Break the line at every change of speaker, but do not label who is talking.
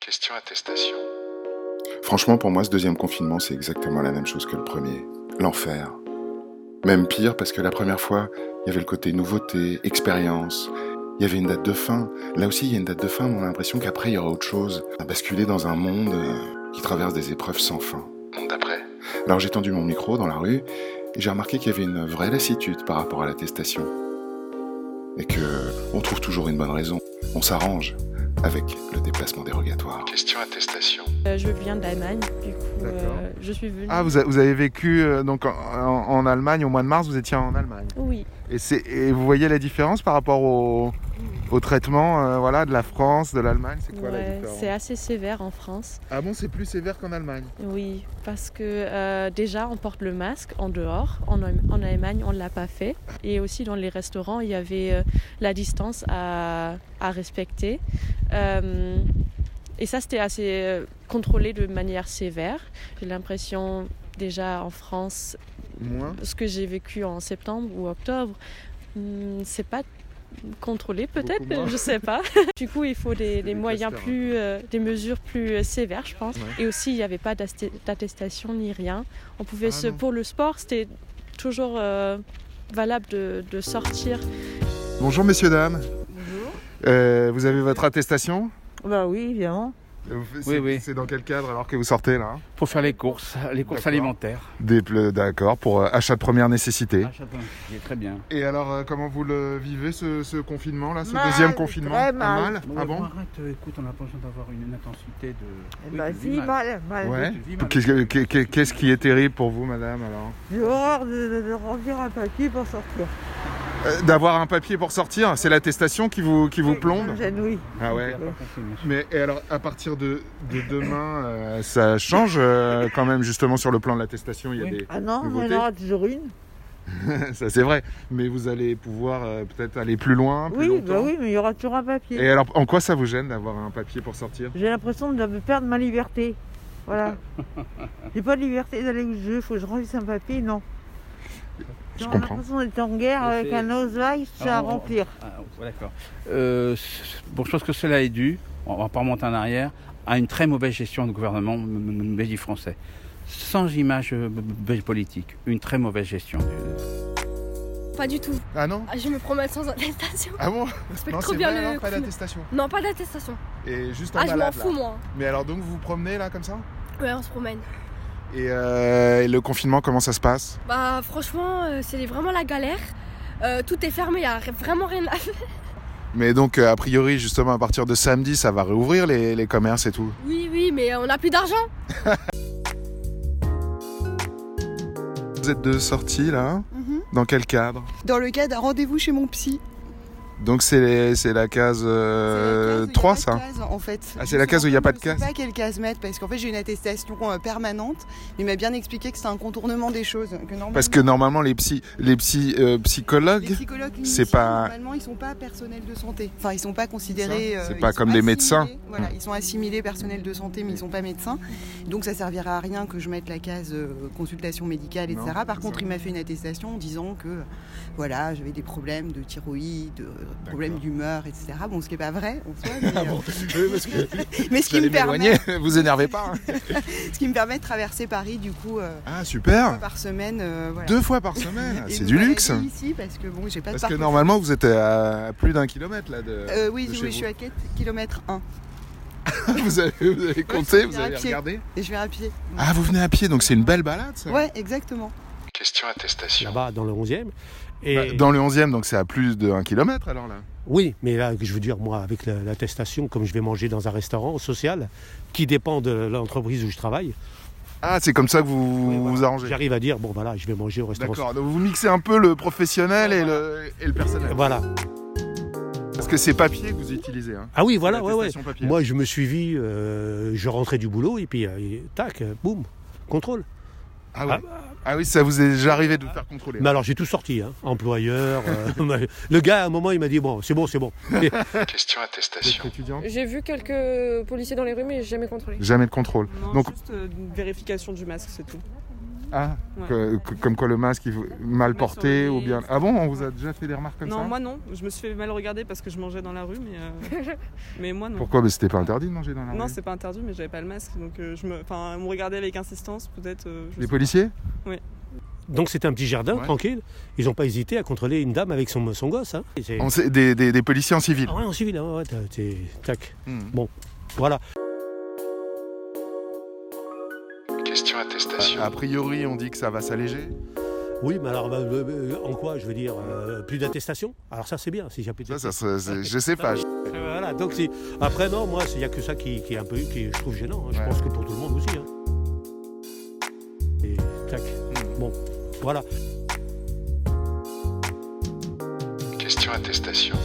Question attestation.
Franchement, pour moi, ce deuxième confinement, c'est exactement la même chose que le premier. L'enfer. Même pire, parce que la première fois, il y avait le côté nouveauté, expérience. Il y avait une date de fin. Là aussi, il y a une date de fin, mais on a l'impression qu'après, il y aura autre chose. À basculer dans un monde euh, qui traverse des épreuves sans fin.
Monde d'après.
Alors j'ai tendu mon micro dans la rue et j'ai remarqué qu'il y avait une vraie lassitude par rapport à l'attestation. Et que on trouve toujours une bonne raison. On s'arrange avec le déplacement dérogatoire.
Question attestation.
Euh, je viens d'Allemagne, du coup, euh,
D'accord.
je suis venue.
Ah, vous, a- vous avez vécu euh, donc en, en- en Allemagne au mois de mars, vous étiez en Allemagne.
Oui,
Et, c'est- et vous voyez la différence par rapport au, au traitement euh, voilà, de la France, de l'Allemagne C'est quoi la
ouais,
différence
c'est assez sévère en France.
Ah bon, c'est plus sévère qu'en Allemagne
Oui, parce que euh, déjà, on porte le masque en dehors. En, en Allemagne, on ne l'a pas fait. Et aussi, dans les restaurants, il y avait euh, la distance à, à respecter. Euh, et ça, c'était assez euh, contrôlé de manière sévère. J'ai l'impression, déjà en France,
Moins
ce que j'ai vécu en septembre ou octobre, hmm, c'est pas contrôlé peut-être,
Beaucoup moins.
je sais pas. du coup, il faut des, des
des
moyens
clusters, hein.
plus, euh, des mesures plus euh, sévères, je pense.
Ouais.
Et aussi, il n'y avait pas d'aste- d'attestation ni rien. On pouvait
Ah
se,
non.
pour le sport, c'était toujours euh, valable de, de sortir.
Bonjour messieurs, dames.
Bonjour.
Euh, vous avez votre attestation
Bah oui, évidemment.
Euh, vous-
Oui,
C'est
oui.
c'est dans quel cadre alors que vous sortez là
Pour faire les courses, les courses
D'accord.
alimentaires.
Des ple- D'accord, pour euh, achat de première nécessité.
Ah, chacun. Il est très bien.
Et alors, euh, comment vous le vivez ce, ce confinement là, ce
Mal,
deuxième confinement
très
Ah,
mal.
Ouais,
Ah bon
arrête, euh, écoute, on a l'impression d'avoir une, une intensité de.
Eh
Oui,
bah
tu
si,
vis mal.
mal, mal.
Ouais.
Tu vis mal.
Qu'est-ce que- qu'est- qu'est- qu'est-ce qui est terrible pour vous, madame, alors
J'ai horreur de, de- de remplir un papier pour sortir.
Euh, D'avoir un papier pour sortir, c'est l'attestation qui vous, qui vous
Oui, ça
plombe
me gêne, oui.
Ah ouais.
T'as pas compris, monsieur.
Mais et alors, à partir de, de demain, euh, ça change euh, quand même, justement, sur le plan de l'attestation. Il y a
Oui.
des...
Ah non,
Nouveauté.
on en aura toujours une.
ça, c'est vrai. Mais vous allez pouvoir euh, peut-être aller plus loin, plus
Oui,
longtemps.
bah oui, mais il y aura toujours un papier.
Et alors, en quoi ça vous gêne d'avoir un papier pour sortir
J'ai l'impression de me perdre ma liberté. Voilà. J'ai pas de liberté d'aller où je veux, faut que je remplisse un papier, non.
Je
J'ai
comprends.
l'impression d'être en guerre
Mais
avec
c'est-
un Ausweis à
Alors, on-
remplir.
Ah,
oh,
ouais, D'accord. Euh, c- bon, je pense que cela est dû, on va pas remonter en arrière, à une très mauvaise gestion du gouvernement m- m- m- du français. Sans image euh, b- b- politique, une très mauvaise gestion.
Pas du tout.
Ah non
Ah, je me promets sans attestation.
Ah bon
Je peux
Non,
trop
c'est
bien
vrai,
le
alors, pas
coup.
d'attestation.
Non, pas d'attestation.
Et juste en
Ah, je m'en
balade, là.
fous, moi.
Mais alors, donc, vous vous promenez, là, comme ça
Ouais, on se promène.
Et, euh, et le confinement, comment ça se passe
Bah, franchement, euh, c'est vraiment la galère. Euh, tout est fermé, il a r- vraiment rien à faire.
Mais donc, euh, a priori, justement, à partir de samedi, ça va réouvrir les, les commerces et tout.
Oui, oui, mais euh, on n'a plus d'argent.
Vous êtes de sortie, là hein Dans quel cadre
Mhm. Dans le cadre d'un rendez-vous chez mon psy.
Donc, c'est c'est la case
C'est la
euh,
case où il y a
3,
pas de
ça
case, en fait.
Ah, c'est
Je
la
sais
case où il y a pas
encore,
de
je sais
case.
pas quelle case mettre parce qu'en fait j'ai une attestation euh, permanente. Il m'a bien expliqué que c'est un contournement des choses. Que normalement,
Parce que normalement, les, psy, les psy- euh,
les
psychologues,
psychologues
c'est
cliniciens,
pas-
normalement ils sont pas personnels de santé. Enfin ils sont pas considérés.
C'est
euh,
pas
ils sont
comme des
assimilés,
médecins. Mm.
Voilà, ils sont assimilés personnels de santé mais ils sont pas médecins. Donc ça servira à rien que je mette la case euh, consultation médicale etc.
Non,
Par
c'est
contre
ça.
il m'a fait une attestation en disant que euh, voilà j'avais des problèmes de thyroïde, de problèmes d'humeur etc. Bon ce qui est pas vrai en soi. Mais, euh,
Oui, parce que
mais
Ah vous
ce qui me
allez
permet
m'éloigner, vous énervez pas. hein.
Ce qui me permet de traverser Paris du coup euh,
Ah,
deux fois
super
par semaine. euh, voilà.
Deux fois par semaine,
Et
c'est
me
du
balader
luxe.
Ici parce que bon, j'ai pas
Parce
de
que
parking.
normalement, vous êtes à plus d'un kilomètre, là, de,
Euh, oui,
de
oui,
chez
je suis à 4 km 1
vous. Vous avez, vous avez compté,
je
vous
viens à
avez
pied.
regardé.
et je vais à pied.
Ah, vous venez à pied, donc c'est une belle balade, ça
Ouais, exactement.
Question attestation.
là-bas dans le 11e.
Bah,
Et
Dans le 11e, donc c'est à plus d'un kilomètre, alors, là
oui, mais là, je veux dire, moi, avec la- l'attestation, comme je vais manger dans un restaurant social qui dépend de l'entreprise où je travaille,
Ah, c'est comme ça que vous
Oui, voilà.
vous arrangez.
j'arrive à dire, bon, voilà, je vais manger au restaurant.
D'accord, donc vous mixez un peu le professionnel et le, et le personnel.
Voilà.
Parce que c'est papier que vous utilisez. Hein.
Ah oui, voilà, ouais, ouais.
L'attestation papier.
Moi, je me suis vu, euh, je rentrais du boulot et puis, euh, et tac, euh, boum, contrôle.
Ah, ouais. Ah oui, ça vous est déjà arrivé de vous faire contrôler.
Mais alors, j'ai tout sorti, hein. employeur. euh, le gars, à un moment, il m'a dit, bon, c'est bon, c'est bon.
Question
Vous êtes
attestation.
étudiant
J'ai vu quelques policiers dans les rues, mais j'ai jamais contrôlé.
Jamais de contrôle. Donc,
juste euh, une vérification du masque, c'est tout.
Ah,
Ouais.
que- que- comme quoi le masque il faut- mal porté ou bien. Ah bon, on vous a déjà fait des remarques comme
non,
ça
moi non. Je me suis fait mal regarder parce que je mangeais dans la rue, mais, euh, mais moi non.
Pourquoi Parce que c'était pas interdit de manger dans la
Non,
rue.
c'est pas interdit, mais j'avais pas le masque, donc euh, je me, enfin, on me regardait avec insistance, peut-être. euh, je
Les
sais pas.
policiers
Oui.
Donc c'était un petit jardin tranquille. Ils n'ont pas hésité à contrôler une dame avec son, son gosse. hein. Et c'est-
On sait- des, des- des policiers en civil. Hmm.
Ah ouais, en civil, hein, ouais, ouais, t'as- t'es- tac. Bon, voilà.
Question attestation.
A priori, on dit que ça va s'alléger.
Oui, mais alors, bah, euh, euh, en quoi, je veux dire, euh, plus d'attestation Alors ça, c'est bien, si j'ai plus
Ça, ça,
d'attestation.
ça, c'est- je sais pas. je-
Euh, Voilà, donc si- après, non, moi, il n'y a que ça qui, qui est un peu, qui je trouve gênant. hein. Je pense que pour tout le monde aussi. hein. Et tac. Bon, voilà.
Question attestation.